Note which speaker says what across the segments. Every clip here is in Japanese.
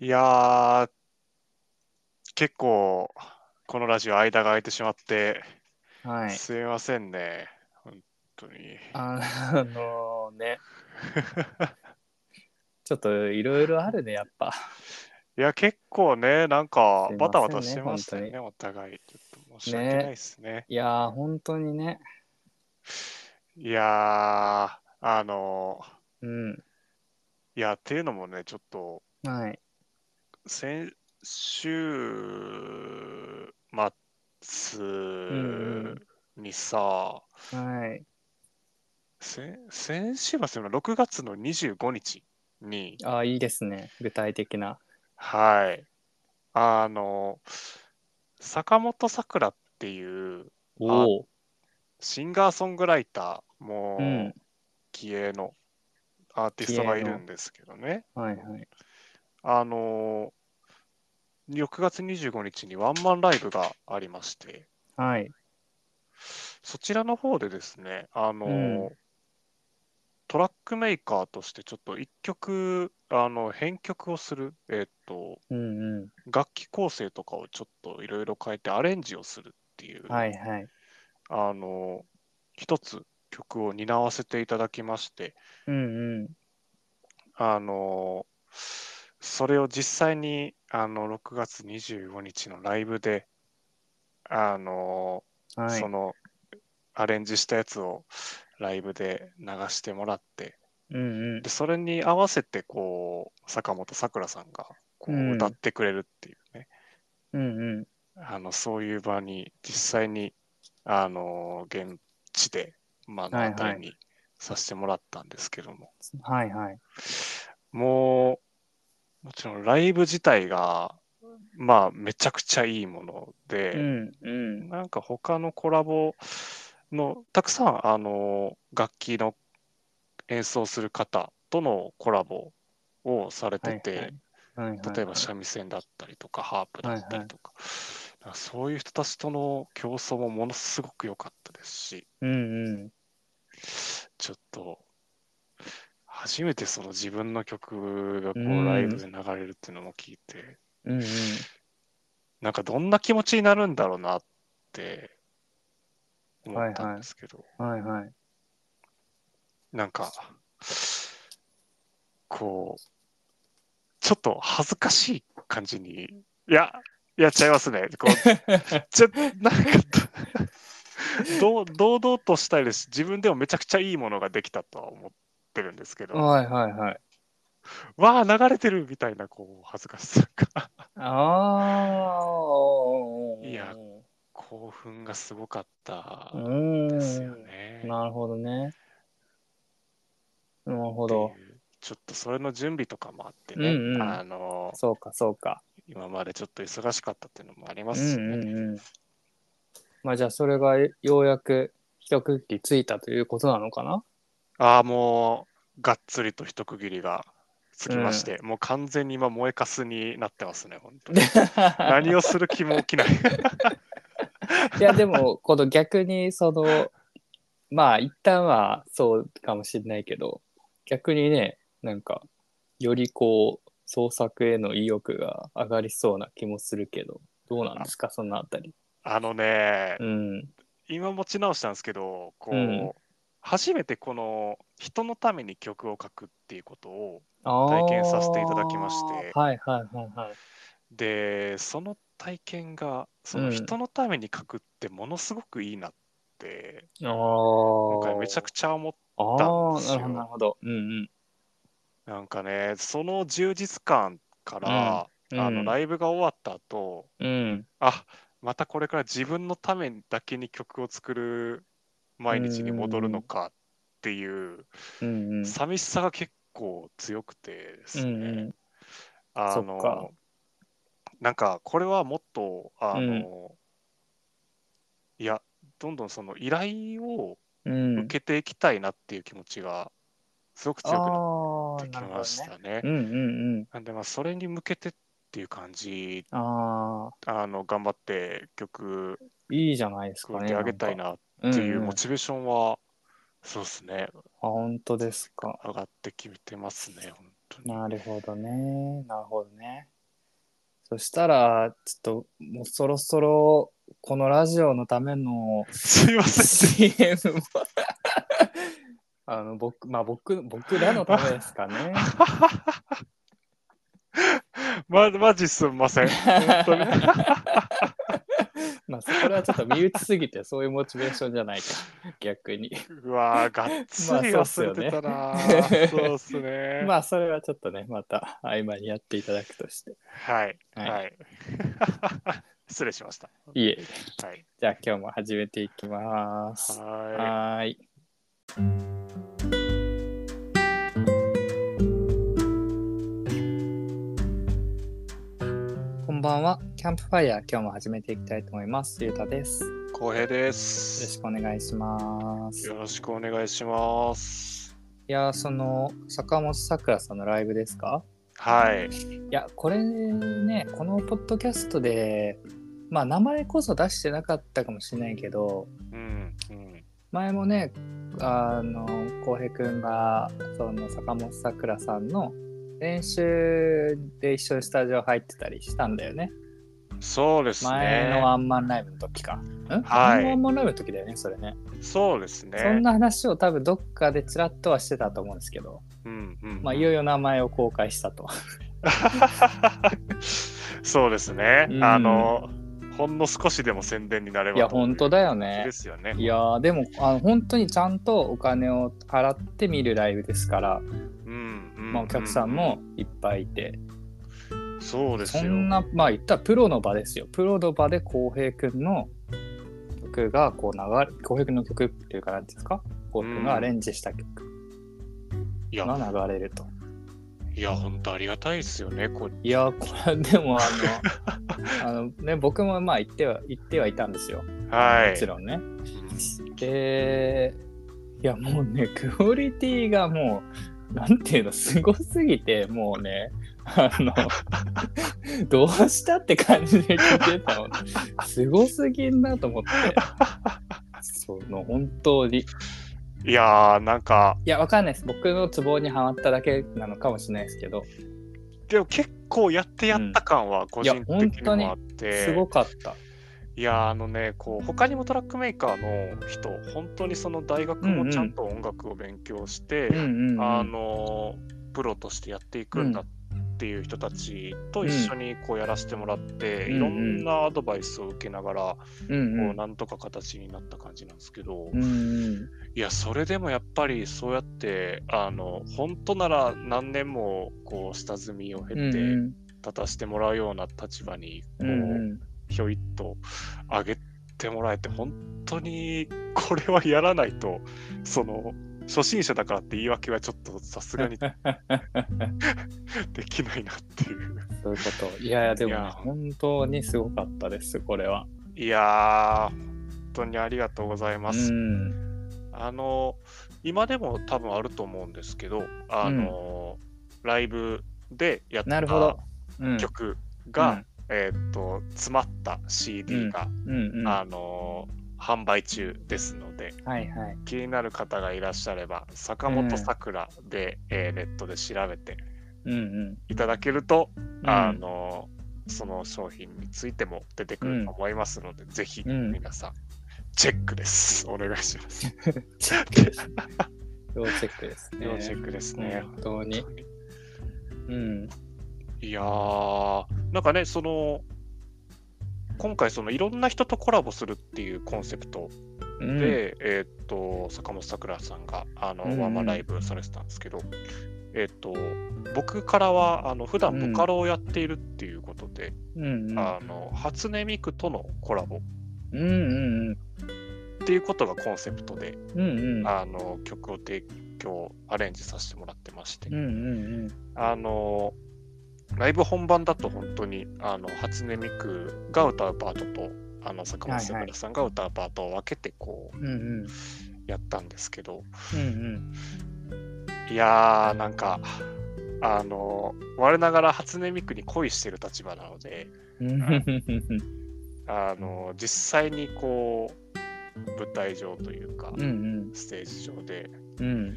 Speaker 1: いやー、結構、このラジオ、間が空いてしまって、
Speaker 2: はい。
Speaker 1: すいませんね。本当に。
Speaker 2: あの ね。ちょっといろいろあるね、やっぱ。
Speaker 1: いや、結構ね、なんか
Speaker 2: すいませんね、
Speaker 1: バタバタしてましたよ
Speaker 2: 本当
Speaker 1: ね、お互い。ちょっと申し訳ないですね。
Speaker 2: いやー、本当にね。
Speaker 1: いやー、あの、
Speaker 2: うん。
Speaker 1: いや、っていうのもね、ちょっと、
Speaker 2: はい。
Speaker 1: 先週末にさ、
Speaker 2: はい。
Speaker 1: 先先週末の6月の25日に、
Speaker 2: ああ、いいですね。具体的な。
Speaker 1: はい、あの、坂本さくらっていう
Speaker 2: おお。
Speaker 1: シンガーソングライター、も
Speaker 2: うん。
Speaker 1: 気鋭のアーティストがいるんですけどね、
Speaker 2: はいはい。
Speaker 1: あの、6月25日にワンマンライブがありまして、
Speaker 2: はい。
Speaker 1: そちらの方でですね、あの、
Speaker 2: うん
Speaker 1: トラックメーカーとしてちょっと一曲、あの、編曲をする、えっと、
Speaker 2: うんう
Speaker 1: 楽器構成とかをちょっといろいろ変えてアレンジをするっていう、
Speaker 2: ん。はいはい。
Speaker 1: あの、一つ曲を担わせていただきまして、
Speaker 2: うんうん。
Speaker 1: あの、それを実際に、あの、6月25日のライブで、あの、
Speaker 2: はい
Speaker 1: そ。のアレンジしたやつをライブで流してもらって
Speaker 2: うんうん
Speaker 1: で。それに合わせてこう坂本さくらさんがこ
Speaker 2: うん
Speaker 1: う歌ってくれるっていうね、
Speaker 2: うんうん。
Speaker 1: あのそういう場に実際にあの現地でまあ
Speaker 2: は
Speaker 1: 目
Speaker 2: いはい
Speaker 1: の当たりにさせてもらったんですけども、
Speaker 2: はいはい。
Speaker 1: もうもちろんライブ自体がまあめちゃくちゃいいもので。
Speaker 2: うんうん。
Speaker 1: なんか他のコラボのたくさんあの楽器の演奏する方とのコラボをされてて、
Speaker 2: はいはい。
Speaker 1: 例えば三味線だったりとかハープだったりとか,、そういう人たちとの競争もものすごく良かったですし
Speaker 2: うんうん。
Speaker 1: ちょっと初めてその自分の曲がこ
Speaker 2: うん
Speaker 1: うライブで流れるっていうのも聞いて、
Speaker 2: うんうん。
Speaker 1: なんかどんな気持ちになるんだろうなって思ったんですけど。
Speaker 2: はいはい。
Speaker 1: なんか、こう、ちょっと恥ずかしい感じに、いや、いやっちゃいますね。こう、 ちょなんか、どう堂々としたいですし、自分でもめちゃくちゃいいものができたとは思ってるんですけど、
Speaker 2: はいはいはい。
Speaker 1: わあ、流れてるみたいな、こう、恥ずかしさが、
Speaker 2: ああ。
Speaker 1: いや興奮がすごかった
Speaker 2: うーん。
Speaker 1: ですよね。
Speaker 2: なるほどね。なるほ
Speaker 1: っていう
Speaker 2: ど。
Speaker 1: ちょっとそれの準備とかもあってね、
Speaker 2: うんうん
Speaker 1: あの
Speaker 2: そうか、そうか。
Speaker 1: 今までちょっと忙しかったっていうのもありま
Speaker 2: う
Speaker 1: すしね。
Speaker 2: んうんうん。まあじゃあそれがようやく一区切りついたということなのかな
Speaker 1: ああ、もう、がっつりと一区切りがつきまして、もう完全に今、燃えかすになってますね、本 当に。何をする気も起きない。
Speaker 2: いやでも、この逆にその、まあ一旦はそうかもしれないけど、逆にね、なんか、よりこう、創作への意欲が上がりそうな気もするけど、どうなんですか、そのあたり。
Speaker 1: あのね、
Speaker 2: うん。
Speaker 1: 今持ち直したんですけど、こう、
Speaker 2: うん
Speaker 1: 初めてこの人のために曲を書くっていうことを、
Speaker 2: 体
Speaker 1: 験させていただきまして
Speaker 2: はいはいはいはい。
Speaker 1: で、その体験が、そ
Speaker 2: うん
Speaker 1: の人のために書くってものすごくいいなって、
Speaker 2: ああ。
Speaker 1: 今回めちゃく
Speaker 2: ち
Speaker 1: ちゃ思っ
Speaker 2: ゃあ
Speaker 1: たんです
Speaker 2: あ、な
Speaker 1: よ
Speaker 2: るほど、なるほど。うんうん。
Speaker 1: なんかね、その充実感から、
Speaker 2: うん
Speaker 1: あのライブが終わった後、
Speaker 2: うん。
Speaker 1: あまたこれから自分のためだけに曲を作る毎日に戻るのかっていう
Speaker 2: うんうん。
Speaker 1: 寂しさが結構強くてですね、
Speaker 2: うんうん
Speaker 1: あ
Speaker 2: そっか
Speaker 1: のなんかこれはもっとあの、いやどんどんその依頼を
Speaker 2: うん
Speaker 1: 受けていきたいなっていう気持ちがすごく強くなってきまし
Speaker 2: あ
Speaker 1: たね。
Speaker 2: ーなるほどね。うんうんうん。
Speaker 1: なんでまあそれに向けてっていう感じ
Speaker 2: ああ、
Speaker 1: あの頑張って曲
Speaker 2: いいじゃないですか
Speaker 1: 作っ
Speaker 2: ね。
Speaker 1: てあげたいな
Speaker 2: な
Speaker 1: っていううモ
Speaker 2: 持ち。
Speaker 1: チベーションは、そうですね、
Speaker 2: あ、本当ですか。
Speaker 1: 上がってきてますね、本当に。
Speaker 2: なるほどね。なるほどね。そしたら、ちょっと、もうそろそろ、このラジオのための
Speaker 1: すいません。
Speaker 2: CM も、あの、僕、まあ僕、僕らのためですか ね。
Speaker 1: ま、マジすんません。本 当に。
Speaker 2: まあそこらはちょっと身内すぎて、そういうモチベーションじゃないか、逆に。
Speaker 1: うわーがっつり
Speaker 2: まあそう
Speaker 1: 忘
Speaker 2: っすよ
Speaker 1: れ
Speaker 2: ね
Speaker 1: てたなー。そうっすね。
Speaker 2: まあそれはちょっとね、また合間にやっていただくとして。
Speaker 1: はい。
Speaker 2: はい
Speaker 1: はい。 失礼しました。
Speaker 2: いえ、
Speaker 1: はい。
Speaker 2: じゃあ今日も始めていきます。
Speaker 1: は
Speaker 2: はーい。こんばんは。キャンプファイヤー、今日も始めていきたいと思います。ゆうたです。よ
Speaker 1: い。浩平で
Speaker 2: ろ
Speaker 1: す。
Speaker 2: しくお願いします。
Speaker 1: よろしくお願いします。
Speaker 2: いやー、その、坂本さくらさんのライブですか
Speaker 1: はい。
Speaker 2: いや、これね、このポッドキャストで、まあ、名前こそ出してなかったかもしれないけど、
Speaker 1: うん。うん。
Speaker 2: 前もねあの浩平くんがその坂本さくらさんの練習で一緒にスタジオ入ってたりしたんだよね
Speaker 1: そうです
Speaker 2: 前の
Speaker 1: ね。
Speaker 2: ワンマンライブの時かん、
Speaker 1: はい
Speaker 2: 前のワンマンライブの時だよねそれね
Speaker 1: そうです
Speaker 2: そん
Speaker 1: ね。
Speaker 2: な話を多分どっかでちらっとはしてたと思うんですけど、
Speaker 1: うん。うん。
Speaker 2: まあ、いよいよ名前を公開し たと
Speaker 1: そうですね。
Speaker 2: うん
Speaker 1: あの、ほんの少しでも宣伝になれば
Speaker 2: いや本当
Speaker 1: だ
Speaker 2: だよ
Speaker 1: で
Speaker 2: ね
Speaker 1: すよね。
Speaker 2: いやーでもあの本当にちゃんとお金を払って見るライブですから、
Speaker 1: うんうん
Speaker 2: まあ、お客さんもいっぱいいて、
Speaker 1: そうです
Speaker 2: そ
Speaker 1: よ。
Speaker 2: んなまあ言ったらプロの場ですよプロの場で浩平くんの曲がこう流れ浩平くんの曲っていうか何ていうんですか浩平くんがアレンジした曲
Speaker 1: いや、
Speaker 2: が流れると、
Speaker 1: いや、本当ありがたいですよね。こう
Speaker 2: いやーこれでもあ のあの、ね、僕もまあ言っては言ってはいたんですよ
Speaker 1: はい。
Speaker 2: もちろんね
Speaker 1: うん
Speaker 2: でいやもうねクオリティがもうなんていうのすごすぎてもうねあ のどうしたって感じで聞いてたのすごすぎんなと思ってその本当にい
Speaker 1: いやー、なんか、
Speaker 2: やわかんないです僕のツボにはまっただけなのかもしれないですけど、
Speaker 1: でも結構やってやった感は個人
Speaker 2: いや
Speaker 1: 的にもあって、
Speaker 2: すごかった
Speaker 1: いやーあのねこう他にもトラックメーカーの人本当にその大学もちゃんと音楽を勉強して、
Speaker 2: うんうんうん
Speaker 1: あのプロとしてやっていくんだっていう人たちと一緒にこうやらせてもらって、
Speaker 2: うん
Speaker 1: いろんなアドバイスを受けながら、こ
Speaker 2: う
Speaker 1: うん
Speaker 2: うん
Speaker 1: なんとか形になった感じなんですけど、
Speaker 2: うんうん
Speaker 1: いやそれでもやっぱりそうやってあの本当なら何年もこう下積みを経
Speaker 2: うんう
Speaker 1: て
Speaker 2: ん
Speaker 1: 立たしてもらうような立場にこう、
Speaker 2: うん
Speaker 1: ひょいっと上げてもらえて本当にこれはやらないとその初心者だからって言い訳はちょっとさすがにできないなっていう
Speaker 2: そういうこといやいやでもね
Speaker 1: いや
Speaker 2: 本当にすごかったですこれはい
Speaker 1: やー本当にありがとうございます、
Speaker 2: うん
Speaker 1: あの今でも多分あると思うんですけどあの、ライブでやっ
Speaker 2: な
Speaker 1: た
Speaker 2: るほど。うん、
Speaker 1: 曲が、えーっと詰まった CD が、
Speaker 2: うん、うんうん、
Speaker 1: あ
Speaker 2: は
Speaker 1: の販売中ですので
Speaker 2: いはい。
Speaker 1: 気になる方がいらっしゃれば坂本さくらで、えーネットで調べて
Speaker 2: うんうん。
Speaker 1: いただけると、
Speaker 2: うん
Speaker 1: あのその商品についても出てくると思いますので、ぜひ
Speaker 2: うん
Speaker 1: 皆さんチェックですお願いします、
Speaker 2: チェックです。要チェックですね。
Speaker 1: 要チェックですね、
Speaker 2: 本当に。
Speaker 1: 本当に
Speaker 2: うん。
Speaker 1: いやーなんかねその今回そのいろんな人とコラボするっていうコンセプト
Speaker 2: うん、
Speaker 1: で、えーっと坂本さくらさんがあの、
Speaker 2: うんうん
Speaker 1: ワンマンライブされてたんですけど、えーっと僕からはあの普段ボカロをやっているっていうことで、
Speaker 2: うんうん。
Speaker 1: あの初音ミクとのコラボっ
Speaker 2: うんうんうん。
Speaker 1: ていうことがコンセプトで、
Speaker 2: うんうん。
Speaker 1: あの曲を提供アレンジさせてもらってまして、
Speaker 2: うんうん
Speaker 1: あのライブ本番だと本当にあの初音ミクが歌うパートとあの坂本さくらさんが歌うパートを分けてこ
Speaker 2: うん。うんうん。
Speaker 1: うやったんですけど、
Speaker 2: うん
Speaker 1: いやー、なんか、あの、我ながら初音ミクに恋してる立場なので、
Speaker 2: うん。うんうん
Speaker 1: あの、実際にこう、舞台上というか、
Speaker 2: うん
Speaker 1: ステージ上で
Speaker 2: うん。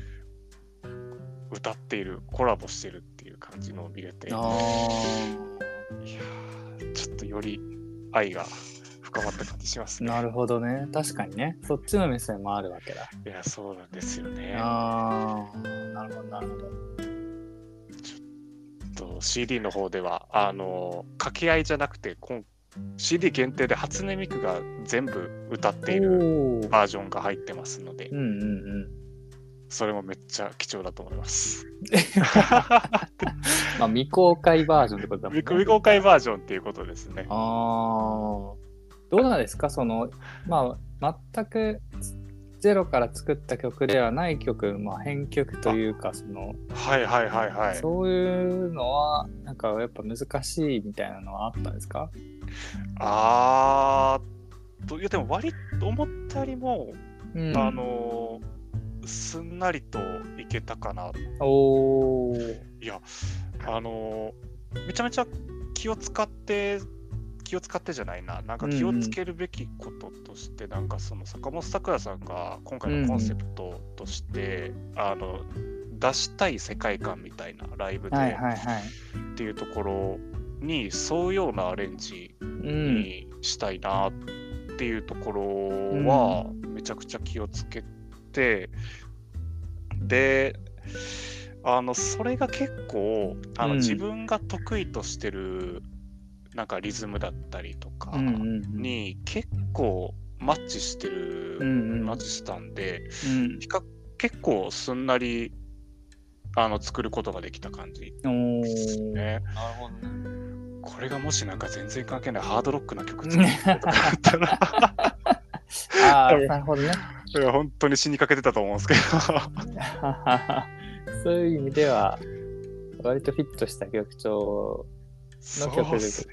Speaker 1: 歌っている、コラボしてるっていう感じのを見れて、いや
Speaker 2: ああ。
Speaker 1: ーより愛が深まった感じしますね。
Speaker 2: なるほどね。確かにね。そっちの目線もあるわけだ。
Speaker 1: いや、そうなんですよね。
Speaker 2: ああ、なるほど、なるほど。
Speaker 1: と CD の方ではあの掛け合いじゃなくて今 CD 限定で初音ミクが全部歌っている
Speaker 2: おー
Speaker 1: バージョンが入ってますので
Speaker 2: うんうんうん。
Speaker 1: それもめっちゃ貴重だと思います。
Speaker 2: まあ、未公開バージョンってことだもんね。
Speaker 1: 未未公開バージョンっていうことですね。
Speaker 2: ああ。どうなんですかその、まあ、全くゼロから作った曲ではない曲、まあ、編曲というか、その、
Speaker 1: はいはいはいはい。
Speaker 2: そういうのは、なんかやっぱ難しいみたいなのはあったんですか
Speaker 1: あーといやでも割と思ったよりも、
Speaker 2: うん
Speaker 1: あのすんなりといけたかな
Speaker 2: おー
Speaker 1: あのめちゃめちゃ気を使って気を使ってじゃないななんか気をつけるべきこととして、なんかその坂本さくらさんが今回のコンセプトとして、あの出したい世界観みたいなライブで
Speaker 2: はい
Speaker 1: っ
Speaker 2: はいはい。
Speaker 1: ていうところに沿うようなアレンジ
Speaker 2: うん。
Speaker 1: にしたいなっていうところはめちゃくちゃ気をつけて、であのそれが結構あの、
Speaker 2: うん
Speaker 1: 自分が得意としてるなんかリズムだったりとか
Speaker 2: うんうんうん
Speaker 1: に結構マッチしてる、
Speaker 2: うんうん
Speaker 1: マッチしたんで
Speaker 2: うん
Speaker 1: 比較結構すんなりあの作ることができた感じ
Speaker 2: お
Speaker 1: です
Speaker 2: ー
Speaker 1: ね。
Speaker 2: なるほどね。
Speaker 1: これがもしなんか全然関係ないハードロックな曲作って とかだったら
Speaker 2: あ あ、なるほどね。
Speaker 1: いや本当に死にかけてたと思うんですけど
Speaker 2: そういう意味では、割とフィットした曲調 の
Speaker 1: そう
Speaker 2: 曲
Speaker 1: で
Speaker 2: ですす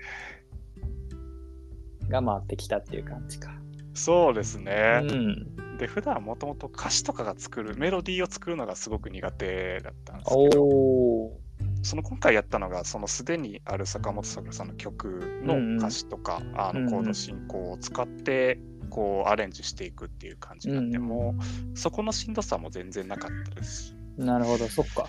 Speaker 2: が回ってきたっていう感じか。
Speaker 1: そうです
Speaker 2: う
Speaker 1: ね、
Speaker 2: ん。
Speaker 1: で普段もともと歌詞とかが作るメロディーを作るのがすごく苦手だったんですけど
Speaker 2: おー。
Speaker 1: その今回やったのがそのすでにある坂本桜さんの曲の歌詞とか、あ
Speaker 2: うんう
Speaker 1: の
Speaker 2: ん
Speaker 1: コード進行を使ってこうアレンジしていくっていう感じなんで、
Speaker 2: うんうん
Speaker 1: もうそこのしんどさも全然なかったですし
Speaker 2: なるほど、そっか。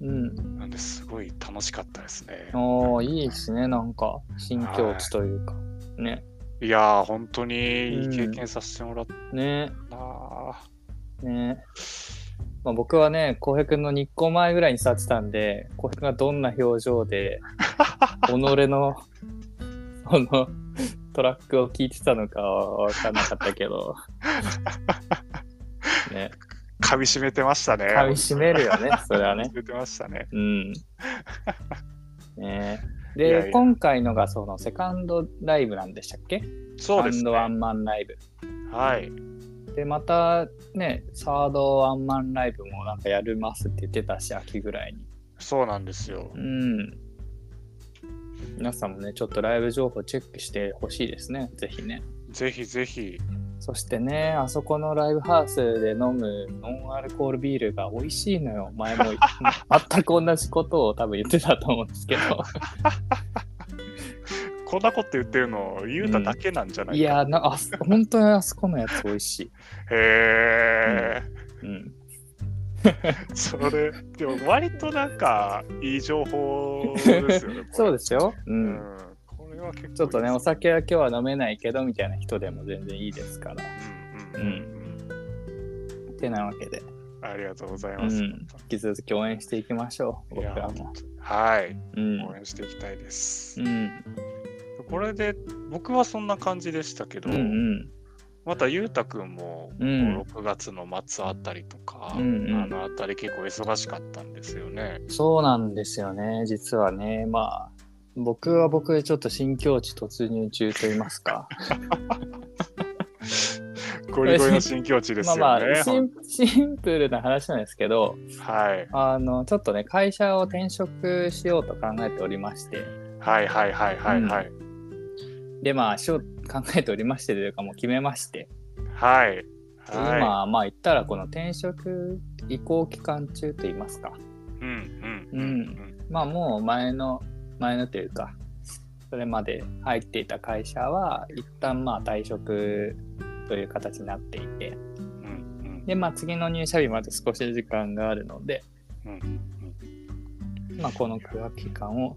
Speaker 2: うん。
Speaker 1: なんですごい楽しかったですね
Speaker 2: おー、いいですね、なんか、新境地というか。ね。
Speaker 1: いやー本当にいい経験させてもらった
Speaker 2: ね。
Speaker 1: なあ、
Speaker 2: ね。まあ、僕はね、浩平君の2個前ぐらいに座ってたんで、浩平君がどんな表 情で、己の、その、トラックを聞いてたのかは分かんなかったけ ど。ね、
Speaker 1: 噛み締めてましたね。
Speaker 2: 噛み締めるよね、それは
Speaker 1: 噛
Speaker 2: ね
Speaker 1: み。締めてましたね。
Speaker 2: うん。 ねで
Speaker 1: いやいや
Speaker 2: 今回のがそのセカンドライブなんでしたっけ
Speaker 1: そうです
Speaker 2: セカン
Speaker 1: ね。
Speaker 2: ドワ
Speaker 1: は
Speaker 2: ンマンライブ。
Speaker 1: い。
Speaker 2: で、またね、サードワンマンライブもなんかやるますって言ってたし、秋ぐらいに。
Speaker 1: そうなんですよ
Speaker 2: う。ん。皆さんもね、ちょっとライブ情報チェックしてほしいですね、ぜひね。
Speaker 1: ぜひぜひ。
Speaker 2: そしてね、あそこのライブハウスで飲むノンアルコールビールが美味しいのよ。前も全く同じことを多分言ってたと思うんですけど。
Speaker 1: こんなこと言ってるの、ゆうただけなんじゃない
Speaker 2: い
Speaker 1: か。
Speaker 2: やなあ、本当にあそこのやつ美味しい。
Speaker 1: へ
Speaker 2: うん。
Speaker 1: え。それ、でも割となんか、いい情報ですよね。これ
Speaker 2: そうですよ。う。
Speaker 1: うんん。これは結構いいです
Speaker 2: ちょっとね、お。酒は今日は飲めないけど、みたいな人でも全然いいですから。
Speaker 1: うんうんうん
Speaker 2: てなわけで、
Speaker 1: うん。ありがとうございうます。
Speaker 2: ん、引き続き応援していきましょう、
Speaker 1: い
Speaker 2: 僕
Speaker 1: や
Speaker 2: らも。
Speaker 1: はい。
Speaker 2: うん。
Speaker 1: 応援していきたいです
Speaker 2: う。ん。
Speaker 1: これで、僕はそんな感じでしたけ
Speaker 2: う
Speaker 1: ど、
Speaker 2: ん。
Speaker 1: またゆうたくんも、
Speaker 2: うん。
Speaker 1: 6月の末あたりとか、
Speaker 2: うんうん
Speaker 1: あのあたり結構忙しかったんですよ ね。
Speaker 2: そうなんですよね、実はね。まあ、僕は僕でちょっと新境地突入中と言いますか。
Speaker 1: ゴリゴリの新境 地です
Speaker 2: ま
Speaker 1: よ
Speaker 2: あ
Speaker 1: ね。
Speaker 2: まあシン、シンプルな話なんですけど、
Speaker 1: はい、
Speaker 2: あの、ちょっとね、会社を転職しようと考えておりまして、
Speaker 1: はいはいはいはいはい。
Speaker 2: で、まあ、しよう 考えておりましてというか、もう決めまして、
Speaker 1: はい。
Speaker 2: で
Speaker 1: は
Speaker 2: 今、まあ言ったら、この転職移行期間中と言いますか。
Speaker 1: い。うんうん
Speaker 2: うんまあもう前の前のというかそれまで入っていた会社は一旦まあ退職という形になっていて
Speaker 1: うんうん
Speaker 2: でまあ次の入社日まで少し時間があるので、
Speaker 1: うんうん。
Speaker 2: まあ、この空白期間を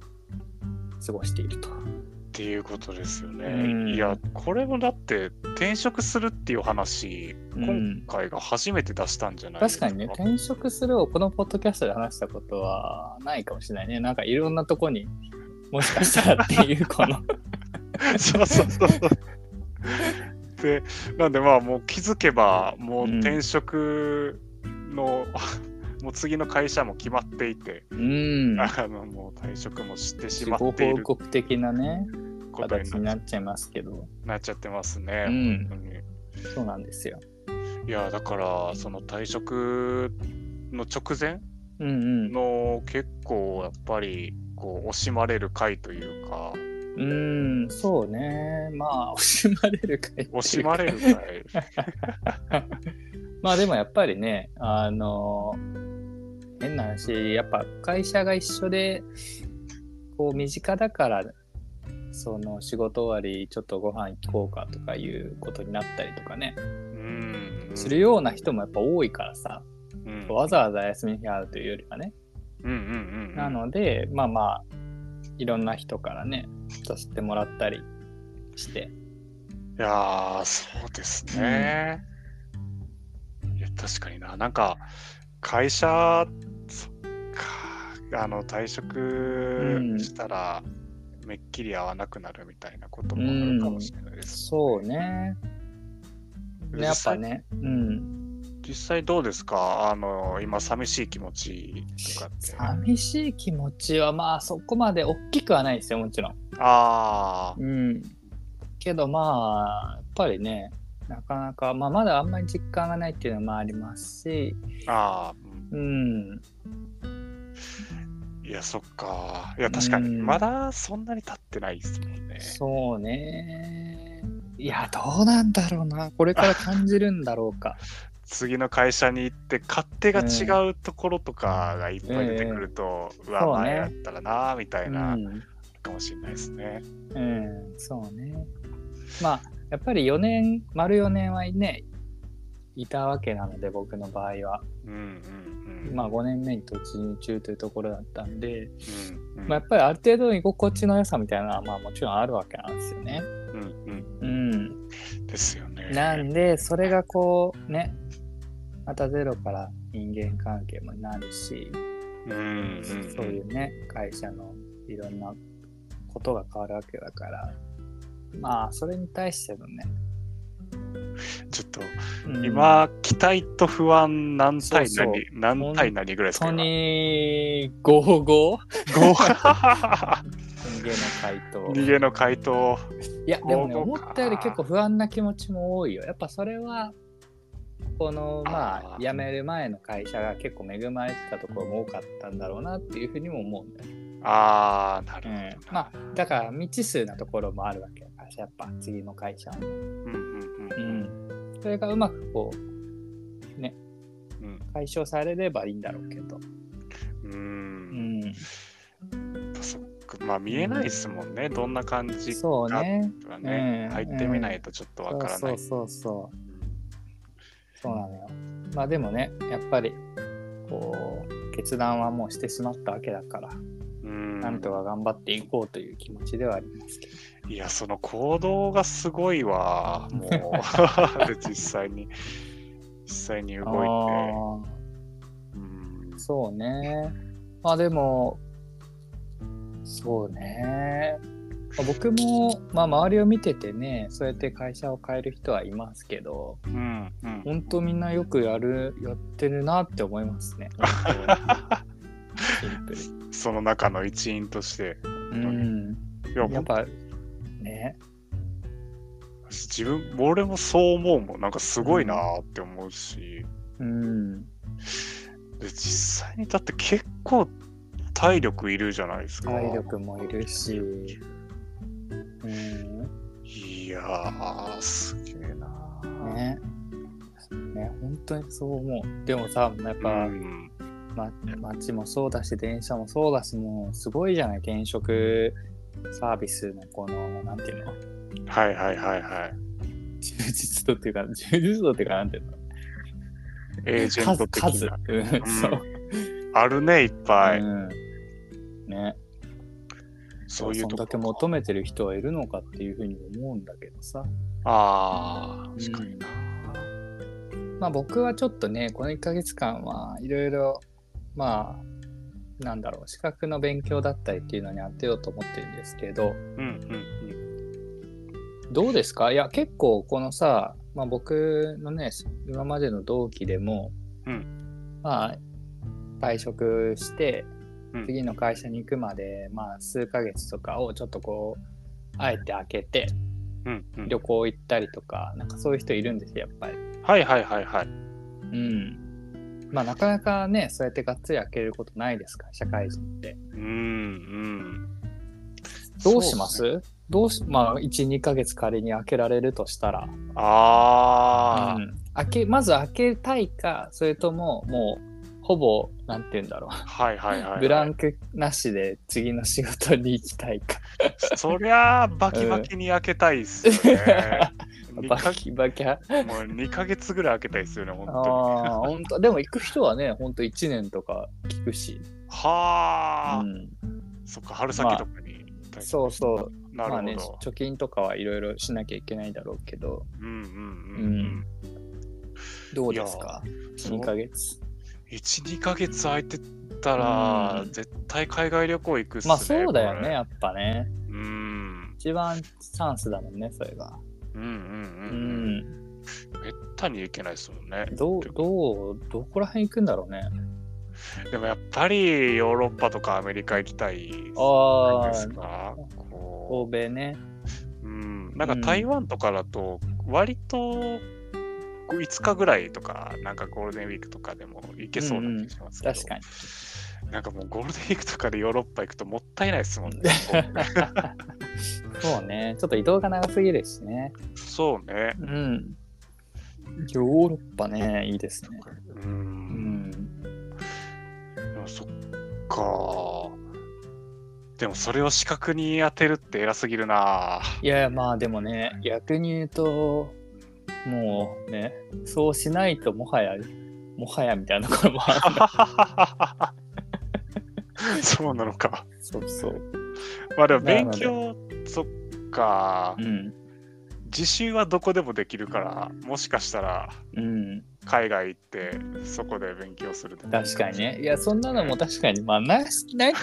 Speaker 2: 過ごしていると。
Speaker 1: っていうことですよね。
Speaker 2: うん
Speaker 1: いや、これもだって転職するっていう話、
Speaker 2: うん
Speaker 1: 今回が初めて出したんじゃないです
Speaker 2: 確
Speaker 1: か。
Speaker 2: かにね、転職するをこのポッドキャストで話したことはないかもしれないね。なんかいろんなとこにもしかしたらって いう、この。
Speaker 1: そうそうそうそう。で、なんでまあもう気づけば、もう転職の、もう次の会社も決まっていて、
Speaker 2: うん。
Speaker 1: あのもう退職もしてし
Speaker 2: 自己
Speaker 1: まってい
Speaker 2: 報
Speaker 1: るこ
Speaker 2: 告的なね、
Speaker 1: とに
Speaker 2: 形になっちゃいますけど。
Speaker 1: なっちゃってますね。
Speaker 2: うん
Speaker 1: 本当に
Speaker 2: そうなんですよ。
Speaker 1: いやだからその退職の直前
Speaker 2: うん
Speaker 1: の結構やっぱりこう惜しまれる回というか
Speaker 2: うん。うん、そうね。まあ、 惜しまれるかいっていうか
Speaker 1: 惜しまれ る回
Speaker 2: まあでもやっぱりね、あの変な話、やっぱ会社が一緒で、こう身近だから、その仕事終わり、ちょっとご飯行こうかとかいうことになったりとかね、
Speaker 1: うん
Speaker 2: するような人もやっぱ多いからさ、
Speaker 1: うん
Speaker 2: わざわざ休みに会うというよりはね。
Speaker 1: うんうんうん
Speaker 2: なので、まあまあ、いろんな人からね、させてもらったりして、
Speaker 1: いやーそうですね、いや確かにななんか会社そっかあの退
Speaker 2: うん
Speaker 1: 職したらめっきり会わなくなるみたいなこともあるかもしれないです、
Speaker 2: そうね。ねやっぱね、うん。
Speaker 1: 実際どうですかあの今寂しい気持ちとかって
Speaker 2: 寂しい気持ちはまあそこまで大きくはないですよもちろん。
Speaker 1: ああ
Speaker 2: うん、けどまあやっぱりねなかなか、まあ、まだあんまり実感がないっていうのもありますし、
Speaker 1: ああ
Speaker 2: うん、
Speaker 1: いやそっかいや確かに
Speaker 2: うん
Speaker 1: まだそんなに経ってないですもんね
Speaker 2: そうねいやどうなんだろうなこれから感じるんだろう か。
Speaker 1: 次の会社に行って勝手が違うところとかがいっぱい出てくると、うわ
Speaker 2: そうね
Speaker 1: 前やったらなみた
Speaker 2: う
Speaker 1: いな、
Speaker 2: ん
Speaker 1: かもしれないですね
Speaker 2: うん、そうねまあやっぱり4年丸4年はねいたわけなので僕の場合は、
Speaker 1: うんうんうん
Speaker 2: まあ、5年目に突入中というところだったんで、
Speaker 1: うんうん
Speaker 2: まあ、やっぱりある程度の居心地の良さみたいなのはまあもちろんあるわけなんですよね。
Speaker 1: うんうん
Speaker 2: うん、
Speaker 1: ですよね
Speaker 2: なんでそれがこうねまたゼロから人間関係もなるし、
Speaker 1: うんうんうん
Speaker 2: そういうね会社のいろんなことが変わるわけだからまあそれに対してのね、
Speaker 1: ちょっと
Speaker 2: うん
Speaker 1: 今、期待と不安何対何
Speaker 2: そうそう
Speaker 1: 何対何ぐらいですか
Speaker 2: 本当
Speaker 1: 今
Speaker 2: に55人
Speaker 1: ご
Speaker 2: 間の回答
Speaker 1: 逃げの回答
Speaker 2: いやでもね
Speaker 1: そう
Speaker 2: 思
Speaker 1: か
Speaker 2: ったより結構不安な気持ちも多いよやっぱそれはこのまあ
Speaker 1: あー
Speaker 2: 辞める前の会社が結構恵まれてたところも多かったんだろうなっていうふうにも思うんだよ、ね
Speaker 1: ああなるほどな、
Speaker 2: まあだから未知数なところもあるわけだからやっぱ次の会社はね、
Speaker 1: うんうん
Speaker 2: う
Speaker 1: うん
Speaker 2: ん、それがうまくこう
Speaker 1: うん
Speaker 2: 解消されればいいんだろうけど、
Speaker 1: う
Speaker 2: うんん、
Speaker 1: そっかまあ見えないですもんねどんな感じか
Speaker 2: そうね
Speaker 1: はね
Speaker 2: うん
Speaker 1: 入ってみないとちょっとわから
Speaker 2: そ
Speaker 1: な
Speaker 2: う
Speaker 1: い
Speaker 2: そうそうそうなのよ。まあでもね、やっぱり、こう、決断はもうしてしまったわけだから、
Speaker 1: うん
Speaker 2: なんとか頑張っていこうという気持ちではありますけど。
Speaker 1: いやその行動がすごいわも うで実際に実際に動いてうん
Speaker 2: あーそうね。まあでも、そうね。まあ僕も、まあ周りを見ててね、そうやって会社を変える人はいますけど、
Speaker 1: うんうん
Speaker 2: 本当みんなよくやる、やってるなって思います ね。本当にシンプル
Speaker 1: その中の一員として
Speaker 2: うん。
Speaker 1: いや
Speaker 2: やっ
Speaker 1: 僕
Speaker 2: ぱね
Speaker 1: 自分俺もそう思うもんなんかすごいなーって思うし、
Speaker 2: うん
Speaker 1: で実際にだって結構体力いるじゃないですか
Speaker 2: 体力もいるしうん
Speaker 1: いやーすげえなー
Speaker 2: ねね本当にそう思うでもさやっぱ、
Speaker 1: うん
Speaker 2: ま、街もそうだし電車もそうだしもうすごいじゃない転職サービスのこのなんていうの
Speaker 1: はいはいはいはい
Speaker 2: 充実度っていうか充実度っていうかなんていうの
Speaker 1: エージェント
Speaker 2: 数
Speaker 1: 的
Speaker 2: 数
Speaker 1: な
Speaker 2: うんそう
Speaker 1: あるねいっぱい、
Speaker 2: うんね
Speaker 1: そういう
Speaker 2: そん
Speaker 1: とこ
Speaker 2: だけ求めてる人はいるのかっていうふうに思うんだけどさ。
Speaker 1: ああ、確かにな。
Speaker 2: まあ僕はちょっとね、この1ヶ月間はいろいろ、まあ、なんだろう、資格の勉強だったりっていうのに当てようと思ってるんですけど、
Speaker 1: うんうん
Speaker 2: どうですかいや、結構このさ、まあ僕のね、今までの同期でも、
Speaker 1: う
Speaker 2: まあ、退職して、
Speaker 1: うん
Speaker 2: 次の会社に行くまで、まあ数ヶ月とかをちょっとこう、あえて開けて、
Speaker 1: うん。うんうん、
Speaker 2: 旅行行ったりとか、なんかそういう人いるんですよ、やっぱり。
Speaker 1: はいはいはいはい。
Speaker 2: うん。まあなかなかね、そうやってがっつり開けることないですから、社会人って。
Speaker 1: うんうん。
Speaker 2: どうします
Speaker 1: そっ
Speaker 2: どうし、まあ1、2ヶ月仮に開けられるとしたら、
Speaker 1: ねああ、
Speaker 2: うん開け、まず開けたいか、それとももう、ほぼ、なんて言うんだろう、
Speaker 1: はいはいはい、はい。
Speaker 2: ブランクなしで次の仕事に行きたいか。
Speaker 1: そりゃあバキバキに開けたいっすよ ね。二
Speaker 2: バ
Speaker 1: か
Speaker 2: キバキ。あ
Speaker 1: もう2ヶ月ぐらい開けたいっすよね、本
Speaker 2: あ
Speaker 1: 当に。
Speaker 2: ー、本当でも行く人はね、本当1年とか聞くし。
Speaker 1: はあ、
Speaker 2: うん、
Speaker 1: そっか、春先とかに。
Speaker 2: そうそう。
Speaker 1: なるほど、
Speaker 2: まあね、貯金とかはいろいろしなきゃいけないだろうけど、
Speaker 1: うんうんうんうん。
Speaker 2: どうですか
Speaker 1: そう
Speaker 2: ?2 ヶ月。
Speaker 1: 12ヶ月空いてたら、
Speaker 2: うん
Speaker 1: 絶対海外旅行行くっすね
Speaker 2: まあそうだよ
Speaker 1: こ
Speaker 2: ね、
Speaker 1: れ
Speaker 2: やっぱね。
Speaker 1: うん
Speaker 2: 一番チャンスだもんね、それが。
Speaker 1: うんうん
Speaker 2: う
Speaker 1: うんうんめ
Speaker 2: ん。
Speaker 1: ったに行けないですもんね
Speaker 2: どう、どう、どこら辺行くんだろうね。
Speaker 1: でもやっぱりヨーロッパとかアメリカ行きたいじゃない
Speaker 2: あ
Speaker 1: です
Speaker 2: あ、
Speaker 1: かこ
Speaker 2: 欧米ね。
Speaker 1: う、うん、なんか台湾とかだと割と5日ぐらいとかなんかゴールデンウィークとかでも行けそうな気がしますけど、
Speaker 2: 確かに。
Speaker 1: なんかもうゴールデンウィークとかでヨーロッパ行くともったいないですもん ね
Speaker 2: そうね。ちょっと移動が長すぎるしね。
Speaker 1: そうね
Speaker 2: うん。ヨーロッパね、いいですね。
Speaker 1: う
Speaker 2: うんん。
Speaker 1: でもそっかでもそれを視覚に当てるって偉すぎる ない
Speaker 2: や、まあでもね、逆に言うと、もうね、そうしないともはや、もはやみたいなところもあ る
Speaker 1: そうなのか
Speaker 2: そうそう。
Speaker 1: まあでも
Speaker 2: な
Speaker 1: 勉
Speaker 2: るほど
Speaker 1: 強そっか
Speaker 2: うん。
Speaker 1: 自習はどこでもできるからもしかしたら
Speaker 2: うん。
Speaker 1: 海外行ってそこで勉強するでもいい
Speaker 2: 確かにね。いや、そんなのも確かに、まあ、な、な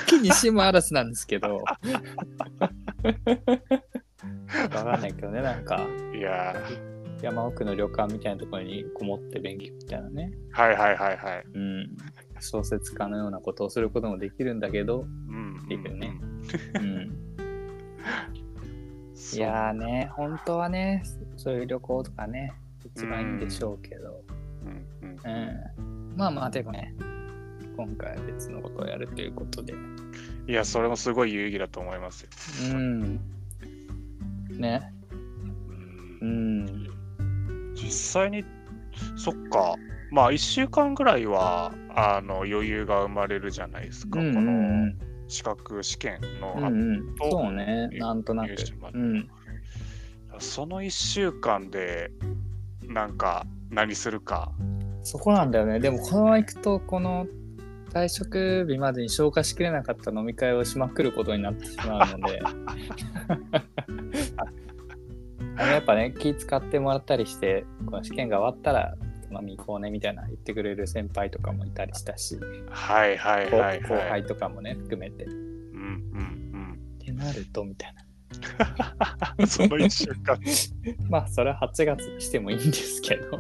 Speaker 2: きにしもあらずなんですけ ど。わかんないけどね、なんか、
Speaker 1: いや
Speaker 2: 山奥の旅館みたいなところにこもって勉強みたいなね。
Speaker 1: ーはいはいはいはい
Speaker 2: うん。小説家のようなことをすることもできるんだけど、
Speaker 1: うんうん
Speaker 2: いいけどね
Speaker 1: うん
Speaker 2: うん。
Speaker 1: そう
Speaker 2: いやーね、本当はね、そういう旅行とかね、一番いいんでしょうけど。
Speaker 1: うんうん
Speaker 2: うん。まあまあ、でもね、今回は別のことをやるということで。
Speaker 1: いやそれもすごい有意義だと思いますよ
Speaker 2: うん。ね。
Speaker 1: うん
Speaker 2: うん。
Speaker 1: 実際にそっかまあ1週間ぐらいはあの余裕が生まれるじゃないですか、
Speaker 2: うん
Speaker 1: こ
Speaker 2: うんう
Speaker 1: の
Speaker 2: ん
Speaker 1: 資格試験の、
Speaker 2: うんうん、
Speaker 1: と
Speaker 2: そうね、なんとなく
Speaker 1: 入。試まで
Speaker 2: うん、
Speaker 1: その1週間でなんか何するか
Speaker 2: そこなんだよね。でも、このまま行くと、この退職日までに消化しきれなかった飲み会をしまくることになってしまうの で。あのやっぱね、気使ってもらったりして、この試験が終わったら、飲み行こうねみたいな言ってくれる先輩とかもいたりしたし、
Speaker 1: はいはい
Speaker 2: 後
Speaker 1: はい
Speaker 2: 後
Speaker 1: はい
Speaker 2: 輩とかもね、含めて。っ
Speaker 1: うん
Speaker 2: てなると、みたいな。
Speaker 1: うん うんその1週間
Speaker 2: まあそれは8月にしてもいいんです けど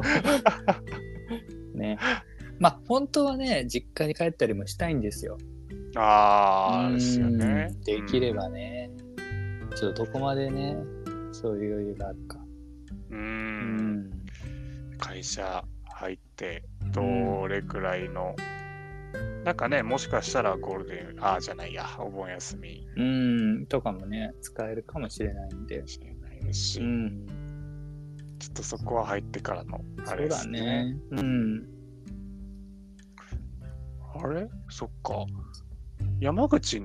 Speaker 2: ねまあ本当はね実家に帰ったりもしたいんですよ
Speaker 1: ああですよね
Speaker 2: うんできればね、ちょっとどこまでねそういう余裕があるか
Speaker 1: うん、
Speaker 2: う
Speaker 1: うん会社入ってどれくらいの、なんかねもしかしたらゴールデンああじゃないやお盆休み
Speaker 2: うんとかもね使えるかもしれないんで
Speaker 1: しれないですし、
Speaker 2: うん
Speaker 1: ちょっとそこは入ってからのあ
Speaker 2: そ
Speaker 1: れで
Speaker 2: うだ
Speaker 1: すね。
Speaker 2: ねうん
Speaker 1: あれそっか。山口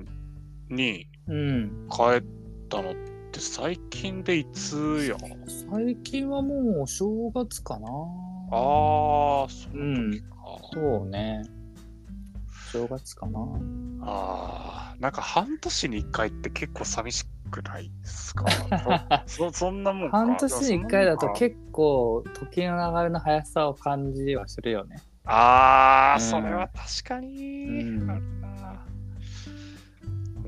Speaker 1: に
Speaker 2: うん
Speaker 1: 帰ったのって最近でいつや
Speaker 2: 最近はもうお正月かな
Speaker 1: ああ、そ
Speaker 2: うんん
Speaker 1: うか。
Speaker 2: そうね正月かな。
Speaker 1: あーなんか半年に1回って結構寂しくないです かそそそんなもんか
Speaker 2: 半年に1回だと
Speaker 1: 構
Speaker 2: 結構時の流れの速さを感じはするよね。
Speaker 1: あー、
Speaker 2: うん
Speaker 1: それは確かに、
Speaker 2: うん
Speaker 1: あるな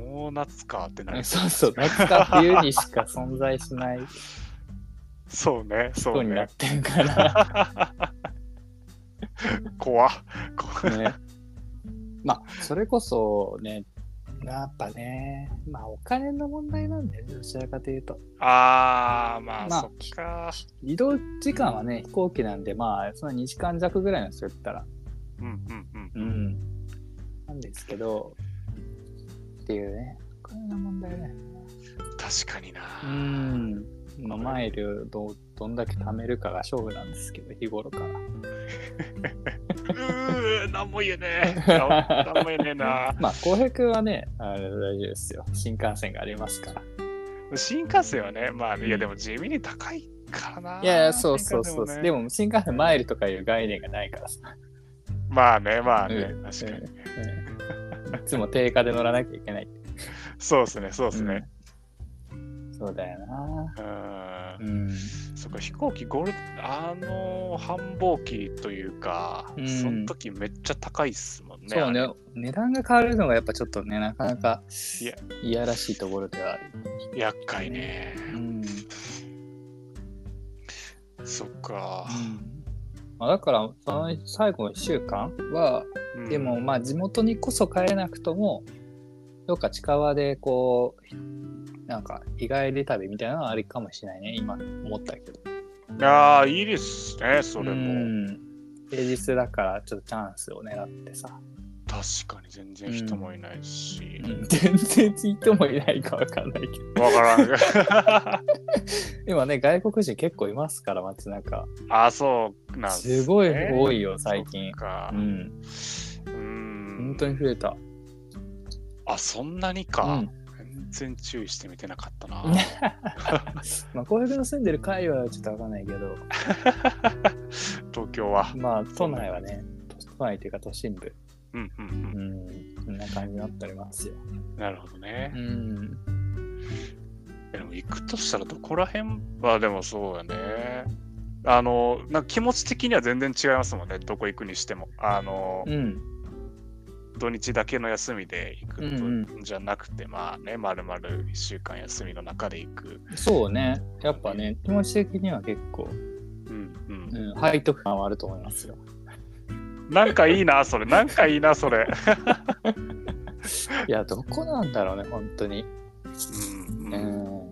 Speaker 1: もう夏かってなり
Speaker 2: そうそう、夏か冬にしか存在し ない
Speaker 1: そうねそ
Speaker 2: 人
Speaker 1: う
Speaker 2: にな
Speaker 1: ね
Speaker 2: ってるから。
Speaker 1: 怖っ怖 っ
Speaker 2: ね、まあ、それこそね、やっぱね、まあお金の問題なんだよね、どちらかというと。
Speaker 1: あーまあ、
Speaker 2: まあ
Speaker 1: そっか
Speaker 2: 移動時間はね、飛行機なんで、まあ、その2時間弱ぐらいなんですよ、言ったら。
Speaker 1: うんうんうん
Speaker 2: うん。なんですけど、っていうね、お金の問題ね。
Speaker 1: 確かにな、
Speaker 2: うん。まあ、マイルどどんだけ貯めるかが勝負なんですけど、日頃から。
Speaker 1: うーなんも言え ねえななんも言えねえな
Speaker 2: まあ、浩平君はね、あれ大丈夫ですよ。新幹線がありますから。
Speaker 1: 新幹線はねまあいやでも地味に高いからない
Speaker 2: いやいや、そうそうそう。で
Speaker 1: もね
Speaker 2: も、新幹線マイルとかいう概念がないからさ。
Speaker 1: まあねまあね、
Speaker 2: うん
Speaker 1: 確かに、
Speaker 2: うんいつも定価で乗らなきゃいけない。
Speaker 1: そうですねそうですね、
Speaker 2: うんそうだよな。
Speaker 1: うん
Speaker 2: うん。
Speaker 1: そっか飛行機ゴールあの繁忙期というか、
Speaker 2: うん
Speaker 1: その時めっちゃ高いっすもんね
Speaker 2: そう
Speaker 1: あ
Speaker 2: ね
Speaker 1: れ。
Speaker 2: 値段が変わるのがやっぱちょっとね、なかなか
Speaker 1: いや
Speaker 2: いやらしいところではある。
Speaker 1: 厄介ね、
Speaker 2: うん。
Speaker 1: そっか、
Speaker 2: まあ、だからその最後の1週間は、
Speaker 1: うん
Speaker 2: でもまあ地元にこそ帰れなくともどっか近場でこうなんか日帰り旅みたいなのはありかもしれないね今思ったけど
Speaker 1: ああいいですねそれ
Speaker 2: う
Speaker 1: も
Speaker 2: ん平日だからちょっとチャンスを狙ってさ、
Speaker 1: 確かに全然人もいないし、
Speaker 2: 全然ツイートもいないかわかんないけど
Speaker 1: わからん
Speaker 2: 今ね外国人結構いますから街中
Speaker 1: あそうなんですね
Speaker 2: すごい多いよ最近
Speaker 1: そっか
Speaker 2: う
Speaker 1: うんん
Speaker 2: 本当に増えた、
Speaker 1: あそんなに
Speaker 2: う
Speaker 1: か、
Speaker 2: ん
Speaker 1: 全然注意してみてなかったな
Speaker 2: まあ小平の住んでる界隈はちょっとわかんないけど
Speaker 1: 東京は
Speaker 2: まあ、都内はね、都内というか都心部、
Speaker 1: うんうん
Speaker 2: う、
Speaker 1: うん
Speaker 2: こんな感じになっておりますよ。
Speaker 1: んなるほどね、
Speaker 2: ん。
Speaker 1: でも行くとしたらどこら辺はでもそうだねあのなんか気持ち的には全然違いますもんねどこ行くにしてもあの、
Speaker 2: うん。
Speaker 1: 土日だけの休みで行
Speaker 2: うん
Speaker 1: くとじゃなくて、まあねまるまる1週間休みの中で行く
Speaker 2: そうね。やっぱね、気持ち的には結構、
Speaker 1: うんうん
Speaker 2: うん、背徳感はあると思いますよ。
Speaker 1: なんかいいな、それ。なんかいいな、そ れ。
Speaker 2: いや、どこなんだろうね、本当に。
Speaker 1: うん
Speaker 2: う
Speaker 1: うん
Speaker 2: ん。い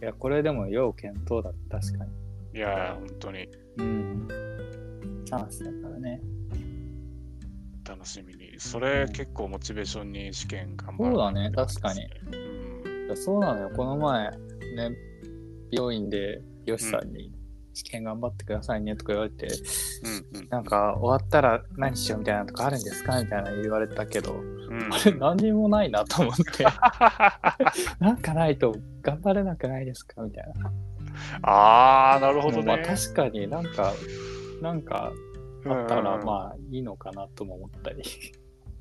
Speaker 2: や、これでも要検討だ、確かに。
Speaker 1: いや、本当に
Speaker 2: うん。チャンスだからね。
Speaker 1: 楽しみに。それ、結構モチベーションに試験頑張る。
Speaker 2: そうだね、確かに。
Speaker 1: うん。
Speaker 2: いやそうなのよ、この前、ね、美容院で、よしさんに、試験頑張ってくださいねとか言われて、
Speaker 1: うんうん。
Speaker 2: なんか終わったら何しようみたいなのとかあるんですかみたいな言われたけど、
Speaker 1: うん
Speaker 2: あれ何にもないなと思って、なんかないと頑張れなくないですかみたいな。
Speaker 1: あー、なるほど
Speaker 2: まあ
Speaker 1: ね。
Speaker 2: 確かになんか、なんかあったら
Speaker 1: あ。
Speaker 2: まあいいのかなとも思ったり。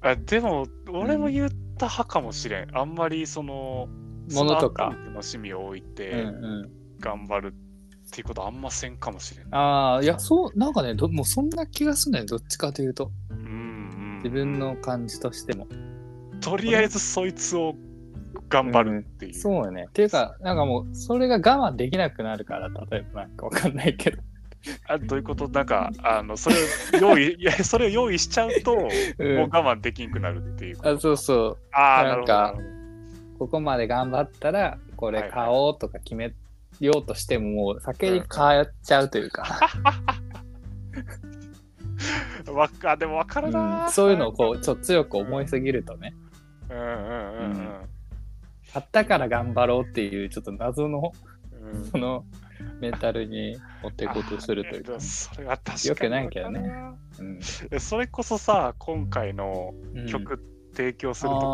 Speaker 1: あでも、俺も言った派かもしれん。あんまり、その、
Speaker 2: ものとか
Speaker 1: その後に楽しみを置い
Speaker 2: うん
Speaker 1: て、
Speaker 2: う
Speaker 1: 頑張るっていうことあんませんかもしれん
Speaker 2: ん。。ああ、いや、そう、なんかね、どもうそんな気がするんだよ、どっちかというと。
Speaker 1: うんうん
Speaker 2: 自分。の感じとしても。
Speaker 1: とりあえず、そいつを頑張るっていう。
Speaker 2: そうよね。っていうか、なんかもう、それが我慢できなくなるから、例えばなんかわかんないけど。
Speaker 1: あどういうことなんか、あの、それを用 意、いや、それを用意しちゃうと、もう
Speaker 2: うん。
Speaker 1: 我慢できんくなるっていうこと。
Speaker 2: あそうそう。
Speaker 1: ああ、な
Speaker 2: な
Speaker 1: るほ
Speaker 2: ん
Speaker 1: ど。な
Speaker 2: か
Speaker 1: るほど
Speaker 2: ここまで頑張ったらこれ買おうとか決めようとしてももう先に買っちゃうというか、
Speaker 1: わか、でもわかるな、
Speaker 2: うんそういうのをこうちょっと強く思いすぎるとね
Speaker 1: う。うんうんうんうん。
Speaker 2: 買ったから頑張ろうっていうちょっと謎の
Speaker 1: うん
Speaker 2: そのメンタルに持っていこうとするとい
Speaker 1: あ
Speaker 2: うか
Speaker 1: でも、それは確かに
Speaker 2: よくないけどね
Speaker 1: わかるな
Speaker 2: うん
Speaker 1: えそれこそさ、今回の
Speaker 2: うん、
Speaker 1: 曲提供するとき
Speaker 2: あ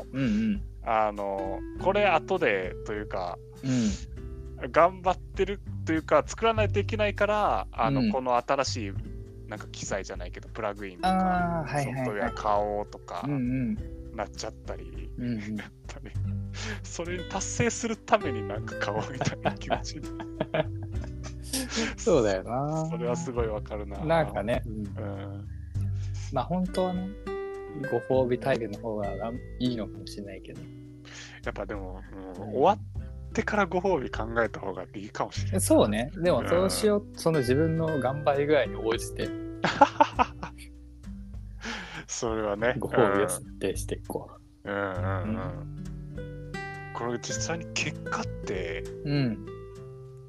Speaker 1: の、
Speaker 2: ーうんうん
Speaker 1: あの、これ後でというか、
Speaker 2: うん
Speaker 1: 頑張ってるというか、作らないといけないから、あの、
Speaker 2: うん
Speaker 1: この新しいなんか機材じゃないけどプラグインと
Speaker 2: あ
Speaker 1: か
Speaker 2: あはい
Speaker 1: ソ
Speaker 2: はいはい
Speaker 1: フトウェア買おうとか
Speaker 2: うんうん
Speaker 1: なっちゃったり、
Speaker 2: うんうん
Speaker 1: やっぱりそれに達成するためになんか買おうみたいな気持ちに
Speaker 2: そうだよな
Speaker 1: それはすごいわかるな
Speaker 2: なんかね、
Speaker 1: うん
Speaker 2: まあ本当はねご褒美タイルの方があいいのかもしれないけど
Speaker 1: やっぱでも、うん終わってからご褒美考えた方がいいかもしれない
Speaker 2: そうねでもそうしようその自分の頑張り具合に応じて
Speaker 1: それはね
Speaker 2: ご褒美を設定していこ
Speaker 1: うんうんうんうんこれ実際に結果って
Speaker 2: ううん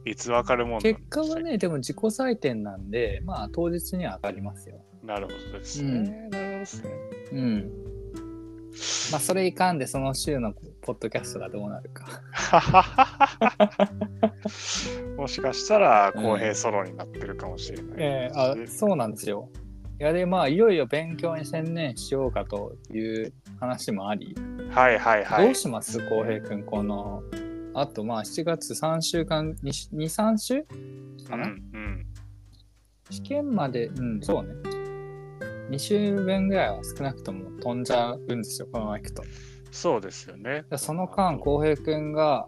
Speaker 1: いつ分かるもんなんでし
Speaker 2: 結
Speaker 1: たっけ
Speaker 2: 果はねでも自己採点なんでまあ当日には上がりますよ
Speaker 1: なるほどです
Speaker 2: う
Speaker 1: ね。なるほどですね。
Speaker 2: うんまあそれいかんでその週のポッドキャストがどうなるか
Speaker 1: もしかしたら公平ソロになってるかもしれない、
Speaker 2: ええあそうなんですよいやでまあいよいよ勉強に専念しようかという話もあり、
Speaker 1: はいはいは
Speaker 2: ど。
Speaker 1: いう
Speaker 2: します浩平君このあとまあ7月3週間23週
Speaker 1: う
Speaker 2: か
Speaker 1: んう
Speaker 2: な、
Speaker 1: ん。
Speaker 2: 試験までうんそうね2週分ぐらいは少なくとも飛んじゃうんですよこのままいくと
Speaker 1: そうですよね。
Speaker 2: その間浩平君が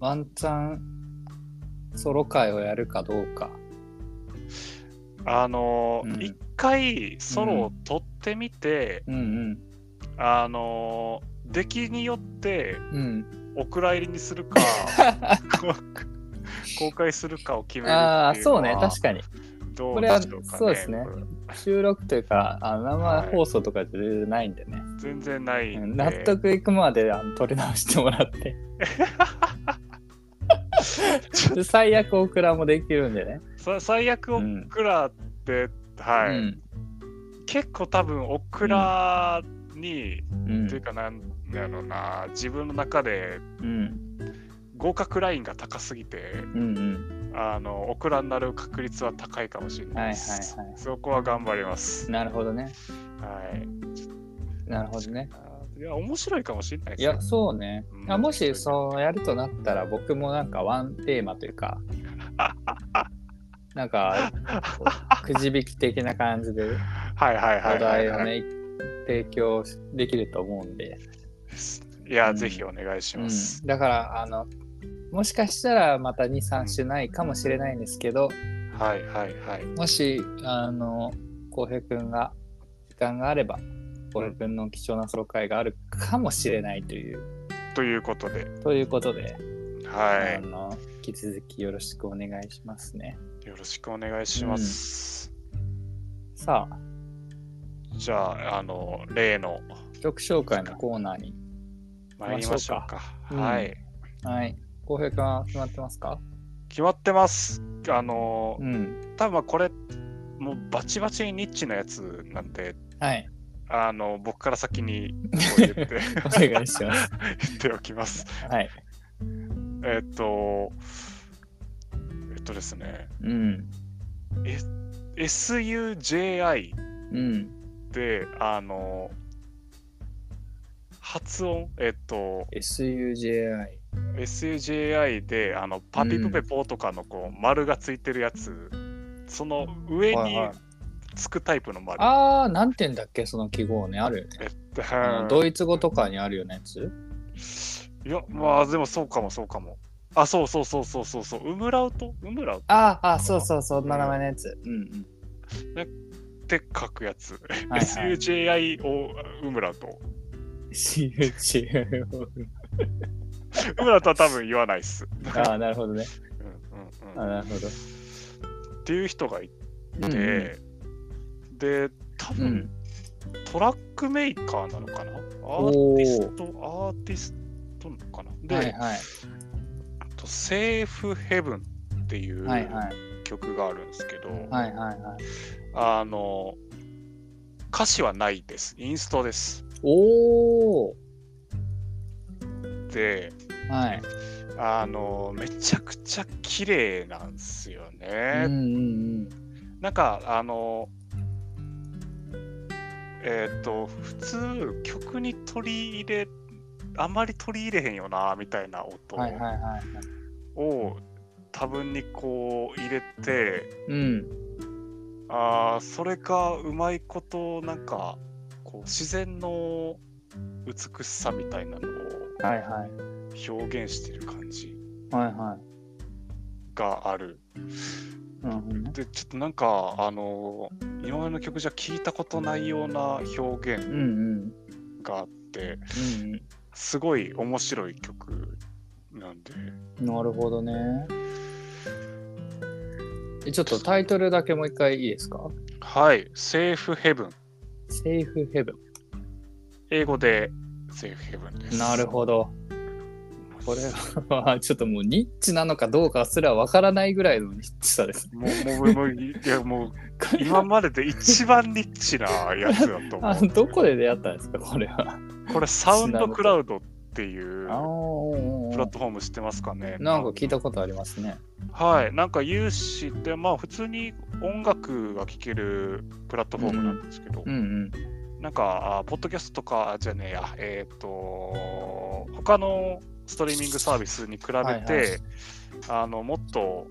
Speaker 2: ワンチャンソロ会をやるかどうか
Speaker 1: あのー
Speaker 2: うん
Speaker 1: 一、回ソロを取ってみて、
Speaker 2: うん
Speaker 1: あのー出来によって
Speaker 2: うんうん
Speaker 1: お蔵入りにする かこ公開するかを決めるっていうのは
Speaker 2: ああそうね確かに
Speaker 1: ど
Speaker 2: こ
Speaker 1: う
Speaker 2: れは
Speaker 1: でしょうかね
Speaker 2: そうですね
Speaker 1: これ
Speaker 2: 収録というかあ生
Speaker 1: はい
Speaker 2: 放送とかじゃ全然ないんでね、
Speaker 1: 全然ない
Speaker 2: うん
Speaker 1: で
Speaker 2: ん納得いくまであの撮り直してもらってで最悪オクラもできるん でね。
Speaker 1: さ最悪オクラって、
Speaker 2: う
Speaker 1: はい、
Speaker 2: ん。
Speaker 1: 結構多分オクラに、
Speaker 2: うん
Speaker 1: というかなんやろうな自分の中で
Speaker 2: うん。
Speaker 1: 合格ラインが高すぎて
Speaker 2: うんうん。
Speaker 1: あのオクラになる確率は高いかもしれないです、
Speaker 2: はいはいはい
Speaker 1: そこは頑張ります
Speaker 2: なるほどね。
Speaker 1: はい
Speaker 2: なるほどね。
Speaker 1: あーいや面白いかもしれない
Speaker 2: い
Speaker 1: です
Speaker 2: や、
Speaker 1: ね
Speaker 2: そうね
Speaker 1: う。ん
Speaker 2: あもし、そうやるとなったら、僕もなんかワンテーマとい うか、なんか、こうくじ引き的な感じで、
Speaker 1: はいはいは
Speaker 2: お
Speaker 1: いは
Speaker 2: 題
Speaker 1: い
Speaker 2: を
Speaker 1: はい
Speaker 2: ね、提供できると思うんで。
Speaker 1: いや、
Speaker 2: うん
Speaker 1: ぜひお願いし
Speaker 2: うん
Speaker 1: ます、
Speaker 2: だから、あの、もしかしたらまた2、3週ないかもしれないんですけど、
Speaker 1: はいはいはい
Speaker 2: もし、あの、浩平くんが、時間があれば、浩平くんの貴重なソロ会があるかもしれないという、
Speaker 1: ということで
Speaker 2: ということで、
Speaker 1: は
Speaker 2: あの、引き続きよろしくお願いしますね。
Speaker 1: いよろしくお願いします、
Speaker 2: さあ、
Speaker 1: じゃああの例の
Speaker 2: 曲紹介のコーナーに。
Speaker 1: 参りましょうか
Speaker 2: うん
Speaker 1: はい、
Speaker 2: はい。浩平くんは決まってますか
Speaker 1: 決まってますあのー
Speaker 2: うん。
Speaker 1: 多分これもうバチバチにニッチなやつなんで
Speaker 2: はい。
Speaker 1: あの僕から先にこう言 って
Speaker 2: お願いします。
Speaker 1: 言っておきます
Speaker 2: はい。
Speaker 1: えっとえっとですね
Speaker 2: うん。
Speaker 1: SUJI
Speaker 2: うん。
Speaker 1: であの発音えっと
Speaker 2: SUJI。
Speaker 1: SUJI であのパピプペポとかのこう丸がついてるやつその上
Speaker 2: はい
Speaker 1: に
Speaker 2: はい
Speaker 1: つくタイプの丸
Speaker 2: あー、なんて言うんだっけその記号ね。あるよね。
Speaker 1: えっと
Speaker 2: あのドイツ語とかにあるようなやつ
Speaker 1: いや、まあでもそうかもそうかも。あ、そうそうそうそうそうそう。ウムラウトウムラウト
Speaker 2: ああ、そうそう、そんな名前のやつ。うん
Speaker 1: って書くやつ。
Speaker 2: うん。はいはい
Speaker 1: SUJIO ウムラウト。
Speaker 2: CUGO
Speaker 1: ウムラウトは多分言わないっす。
Speaker 2: ああ、なるほどね。
Speaker 1: うんうん
Speaker 2: あ
Speaker 1: う
Speaker 2: ー
Speaker 1: ん、
Speaker 2: なるほど。
Speaker 1: っていう人がい
Speaker 2: うんうん
Speaker 1: て、で、多
Speaker 2: う
Speaker 1: 分
Speaker 2: ん。
Speaker 1: トラックメーカーなのかなアー
Speaker 2: おー
Speaker 1: ティスト、アーティストなのかなで、
Speaker 2: はいはい。
Speaker 1: とセーフヘブンっていう
Speaker 2: はいはい。
Speaker 1: 曲があるんですけど、
Speaker 2: はいはいはい。
Speaker 1: あの、歌詞はないです。インストです。
Speaker 2: おー
Speaker 1: で、
Speaker 2: はい。
Speaker 1: あのめちゃくちゃ綺麗なんですよ
Speaker 2: う
Speaker 1: ね。
Speaker 2: んうん
Speaker 1: なんかあのえっ、と普通曲に取り入れあまり取り入れへんよなみたいな
Speaker 2: う
Speaker 1: 音
Speaker 2: ん。はいはいはいはい。
Speaker 1: を多分にこう入れて
Speaker 2: うん。
Speaker 1: ああ、それか、うまいこと、なんか、こう、自然の美しさみたいなのを
Speaker 2: はいはい。
Speaker 1: 表現してる感じ
Speaker 2: はいはい。
Speaker 1: がある。
Speaker 2: なるほどね。
Speaker 1: で、ちょっとなんか、あの、今までの曲じゃ聞いたことないような表現
Speaker 2: うんうん。
Speaker 1: があって、
Speaker 2: うんうん
Speaker 1: すごい面白い曲なんで、
Speaker 2: なるほどね。えちょっとタイトルだけもう一回いいですか
Speaker 1: はい、セーフヘブン。
Speaker 2: セーフヘブ
Speaker 1: 英語でセーフヘブンで
Speaker 2: ン。
Speaker 1: す。
Speaker 2: なるほど。
Speaker 1: ど
Speaker 2: これはちょっともうニッチなのかどうかすらわからないぐらいのニッチさですね。
Speaker 1: もう、もう、もう、いや、もう、今までで一番リッチなやつだと
Speaker 2: あ
Speaker 1: 思う。
Speaker 2: どこで出会ったんですかこれは。
Speaker 1: これ、サウンドクラウドっていうプ
Speaker 2: あ
Speaker 1: ラットフォーム知ってますかね
Speaker 2: なんか聞いたことありますね。
Speaker 1: はい、なんか有志って、まあ、普通に音楽が聴けるプラットフォームなんですけど、
Speaker 2: うん
Speaker 1: なんか、あポッドキャストとかじゃねえや、えっ、と、他のストリーミングサービスに比べて、
Speaker 2: はいはい
Speaker 1: あのもっと、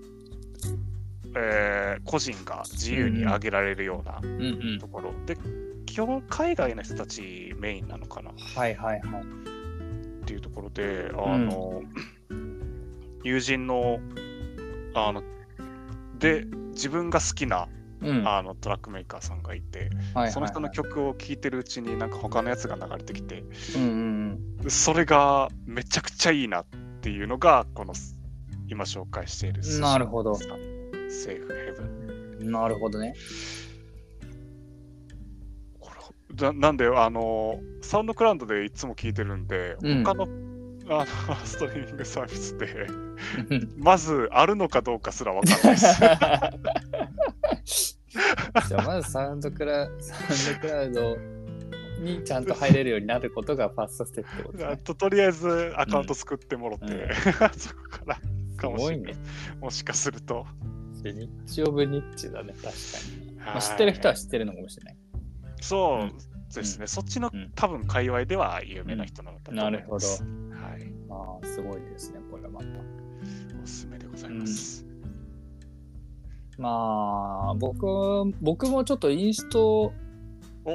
Speaker 1: えー個人が自由に上げられるような
Speaker 2: うん。うんうん。
Speaker 1: ところ、で、基本海外の人たちメインなのかなっ
Speaker 2: はいはいはい。
Speaker 1: ていうところで、あの、友人の、あの、で、自分が好きな
Speaker 2: うん。
Speaker 1: あのトラックメーカーさんがいて、
Speaker 2: はいはいはい
Speaker 1: その人の曲を聴いてるうちになんか他のやつが流れてきて、
Speaker 2: うんうん
Speaker 1: それがめちゃくちゃいいなっていうのが、この今紹介している
Speaker 2: うん。なるほど。
Speaker 1: セーフヘブン。
Speaker 2: なるほどね。
Speaker 1: これななんで、あの、サウンドクラウドでいつも聴いてるんで、
Speaker 2: うん
Speaker 1: 他のあの ストリーミングサービスで、
Speaker 2: うん。
Speaker 1: まずあるのかどうかすら分かんないです
Speaker 2: じゃあまずサウンドクラサウンドクラウドにちゃんと入れるようになることがファーストステップってことです
Speaker 1: あ
Speaker 2: ね。
Speaker 1: ととりあえずアカウント作ってもろて、
Speaker 2: うんうん
Speaker 1: そこからかも
Speaker 2: すご
Speaker 1: し
Speaker 2: い
Speaker 1: れない。
Speaker 2: ね。
Speaker 1: もしかすると。
Speaker 2: ニッチオブニッチだね、確かに。まあ、知ってる人は知ってるのかもしれない。
Speaker 1: そう、
Speaker 2: うん
Speaker 1: ですね、そっちの、
Speaker 2: うん
Speaker 1: 多分界隈では有名な人なのだと
Speaker 2: な
Speaker 1: 思
Speaker 2: る
Speaker 1: い
Speaker 2: ほ
Speaker 1: ま
Speaker 2: ど。
Speaker 1: す。はい、
Speaker 2: まあ、すごいですね、これはまた。
Speaker 1: おすすめでございます。
Speaker 2: まあ、僕僕もちょっとインストを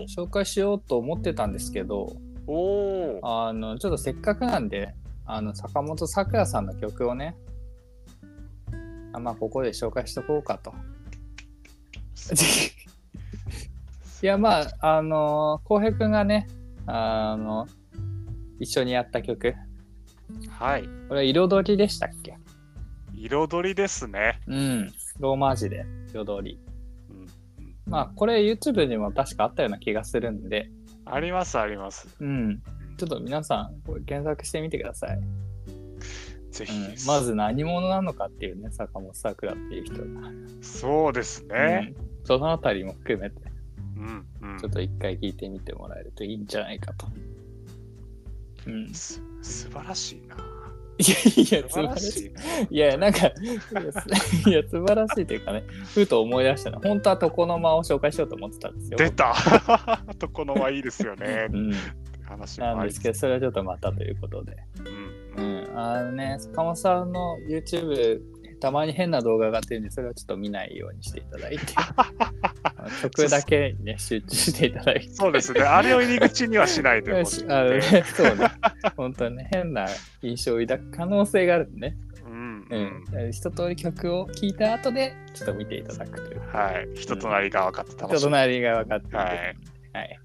Speaker 2: 紹介しようと思ってたんですけど、
Speaker 1: おお、
Speaker 2: あの、ちょっとせっかくなんで、あの、坂本咲也さんの曲をね、あまあ、ここで紹介しとこうかと。 いや、まあ、あのー、浩平くんがね、あの、一緒にやった曲、
Speaker 1: はい、
Speaker 2: これ、彩りでしたっけ
Speaker 1: 彩りですね。
Speaker 2: うん。ローマ字で、彩り。
Speaker 1: うん
Speaker 2: まあ、これ、YouTube にも確かあったような気がするんで、
Speaker 1: あります、あります。
Speaker 2: うん。ちょっと皆さん、これ検索してみてください。
Speaker 1: ぜ
Speaker 2: う
Speaker 1: ひ、
Speaker 2: ん、まず何者なのかっていうね、坂本桜っていう人が。
Speaker 1: そうですね。
Speaker 2: うんそのあたりも含めて、
Speaker 1: うん、うん
Speaker 2: ちょっと一回聞いてみてもらえるといいんじゃないかと。うん。い
Speaker 1: す素晴らしいな。
Speaker 2: やいや、
Speaker 1: 素
Speaker 2: つま
Speaker 1: 晴
Speaker 2: ら
Speaker 1: ら
Speaker 2: しい
Speaker 1: しいな。
Speaker 2: いや、なんか、いや、すいや素晴らしいというかね、ふと思い出したの。本当は床の間を紹介しようと思ってたんですよ。
Speaker 1: 出た とこのはいいですよ ね
Speaker 2: う。ん、
Speaker 1: 話も
Speaker 2: な
Speaker 1: あ
Speaker 2: ん
Speaker 1: り
Speaker 2: ですけど、それはちょっとまたということで。
Speaker 1: つうんう
Speaker 2: う
Speaker 1: ん
Speaker 2: ん、あのね、坂本さんの YouTube、たまに変な動画があってるんで、それはちょっと見ないようにしていただい て、あの曲だけにね、集中していただいて。
Speaker 1: そうですね。あれを入り口にはしないでほしい
Speaker 2: あ
Speaker 1: ね
Speaker 2: のねそうね、本当にね、変な印象を抱く可能性があるんでね、
Speaker 1: うん
Speaker 2: う
Speaker 1: うんん、
Speaker 2: 一通り曲を聴いた後で、ちょっと見ていただくという。
Speaker 1: はい。人となりが分かって楽
Speaker 2: 人
Speaker 1: し
Speaker 2: と
Speaker 1: み。
Speaker 2: なりが分かっている
Speaker 1: はい。
Speaker 2: はい。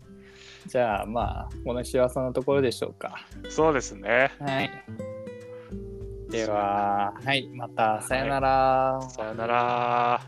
Speaker 2: じゃあまあ、この週はそのところでしょうか。
Speaker 1: そうですね。
Speaker 2: はい。では、はい、またさよなら。
Speaker 1: さよなら。